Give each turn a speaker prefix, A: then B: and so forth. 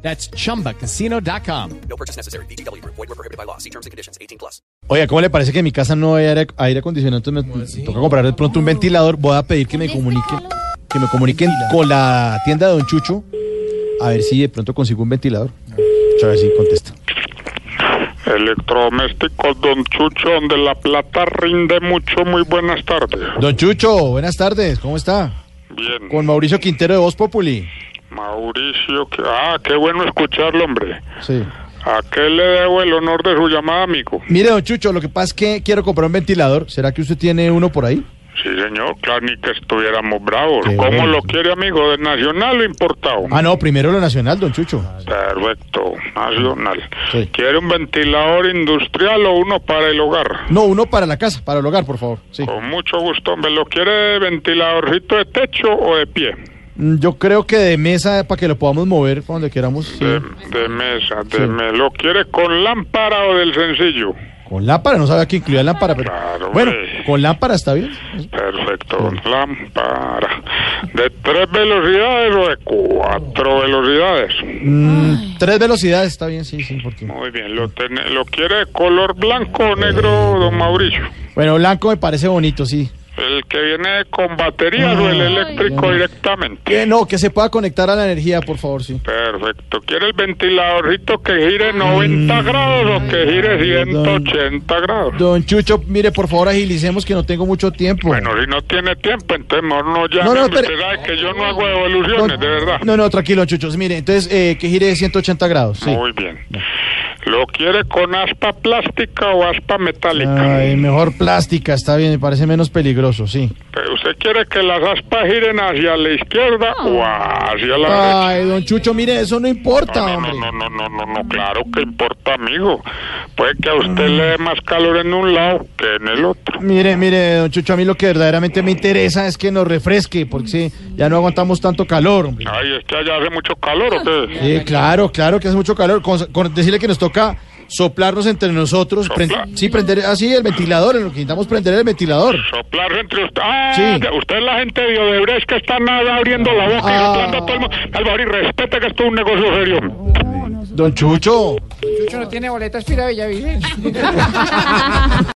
A: That's chumbacasino.com.
B: No purchase necessary. BGW. Void were prohibited by law. See terms and conditions. 18 plus.
C: Oiga, ¿cómo le parece que en mi casa no hay aire, aire acondicionado? Entonces me, me toca comprar de pronto un ventilador. Voy a pedir que me comuniquen, que me comuniquen con la tienda de Don Chucho. A ver si de pronto consigo un ventilador. A ver si contesta.
D: Electrodomésticos Don Chucho, donde la plata rinde mucho. Muy buenas tardes.
C: Don Chucho, buenas tardes. ¿Cómo está?
D: Bien.
C: Con Mauricio Quintero de Voz Populi.
D: Mauricio, que- ah, qué bueno escucharlo, hombre.
C: Sí.
D: ¿A qué le debo el honor de su llamada, amigo?
C: Mire, Don Chucho, lo que pasa es que quiero comprar un ventilador. ¿Será que usted tiene uno por ahí?
D: Sí, señor, claro, ni que estuviéramos bravos.
C: Qué
D: ¿Cómo
C: bueno.
D: lo quiere, amigo? ¿De nacional o importado?
C: Ah, no, primero lo nacional, Don Chucho.
D: Perfecto, nacional.
C: Sí.
D: ¿Quiere un ventilador industrial o uno para el hogar?
C: No, uno para la casa, para el hogar, por favor. Sí.
D: Con mucho gusto, hombre. ¿Lo quiere de ventiladorcito de techo o de pie?
C: Mm, Yo creo que de mesa para que lo podamos mover para donde queramos. sí.
D: De, de mesa, de
C: Sí.
D: me- ¿Lo quiere con lámpara o del sencillo?
C: Con lámpara, no sabía que incluía lámpara, pero
D: Claro,
C: bueno,
D: hombre.
C: con lámpara está bien.
D: Perfecto, lámpara. ¿De tres velocidades o de cuatro velocidades?
C: Mm, tres velocidades está bien, sí, sí, porque
D: Muy bien, ¿lo, tiene- lo quiere de color blanco o negro, don Mauricio?
C: bueno, blanco me parece bonito, sí.
D: ¿El que viene con
C: Ah,
D: baterías o el eléctrico
C: Ay.
D: directamente?
C: Que no, que se pueda conectar a la energía, por favor, sí.
D: Perfecto, ¿quiere el ventiladorcito que gire
C: Mm.
D: 90 grados o que gire 180 grados?
C: Don Chucho, mire, por favor, agilicemos que no tengo mucho tiempo.
D: Bueno, si no tiene tiempo, entonces mejor no llame.
C: No, no,
D: hombre,
C: espere.
D: usted sabe que yo no hago devoluciones,
C: Don-
D: de verdad.
C: No, no, tranquilo, Don Chucho. Mire, entonces eh, que gire de 180 grados, sí.
D: Muy bien. ¿Lo quiere con aspa plástica o aspa metálica?
C: Ay, mejor plástica, está bien, me parece menos peligroso, sí.
D: Pero ¿Usted quiere que las aspas giren hacia la izquierda o hacia la
C: Ay, Don Chucho, mire, eso no importa,
D: derecha?
C: hombre.
D: No, no, no, no, no, claro que importa, amigo. Puede que a usted le dé más calor en un lado que en el otro.
C: Mire, mire, don Chucho, a mí lo que verdaderamente me interesa es que nos refresque, porque sí, ya no aguantamos tanto calor, hombre.
D: Ay, es que allá hace mucho calor, ¿o qué?
C: Sí, claro, claro que hace mucho calor. Con, con decirle que nos toca soplarnos entre nosotros. pren-
D: Soplar.
C: sí, prender así el ventilador, en lo que necesitamos prender el ventilador.
D: Soplar entre usted. Ah,
C: Sí.
D: ya, usted es la gente de Odebrecht que está nada abriendo la boca y
C: Ah.
D: soplando a todo el mundo. Álvaro, y respeta que esto es un negocio serio.
C: Don Chucho.
E: Chucho no tiene boletas para Villavicencio.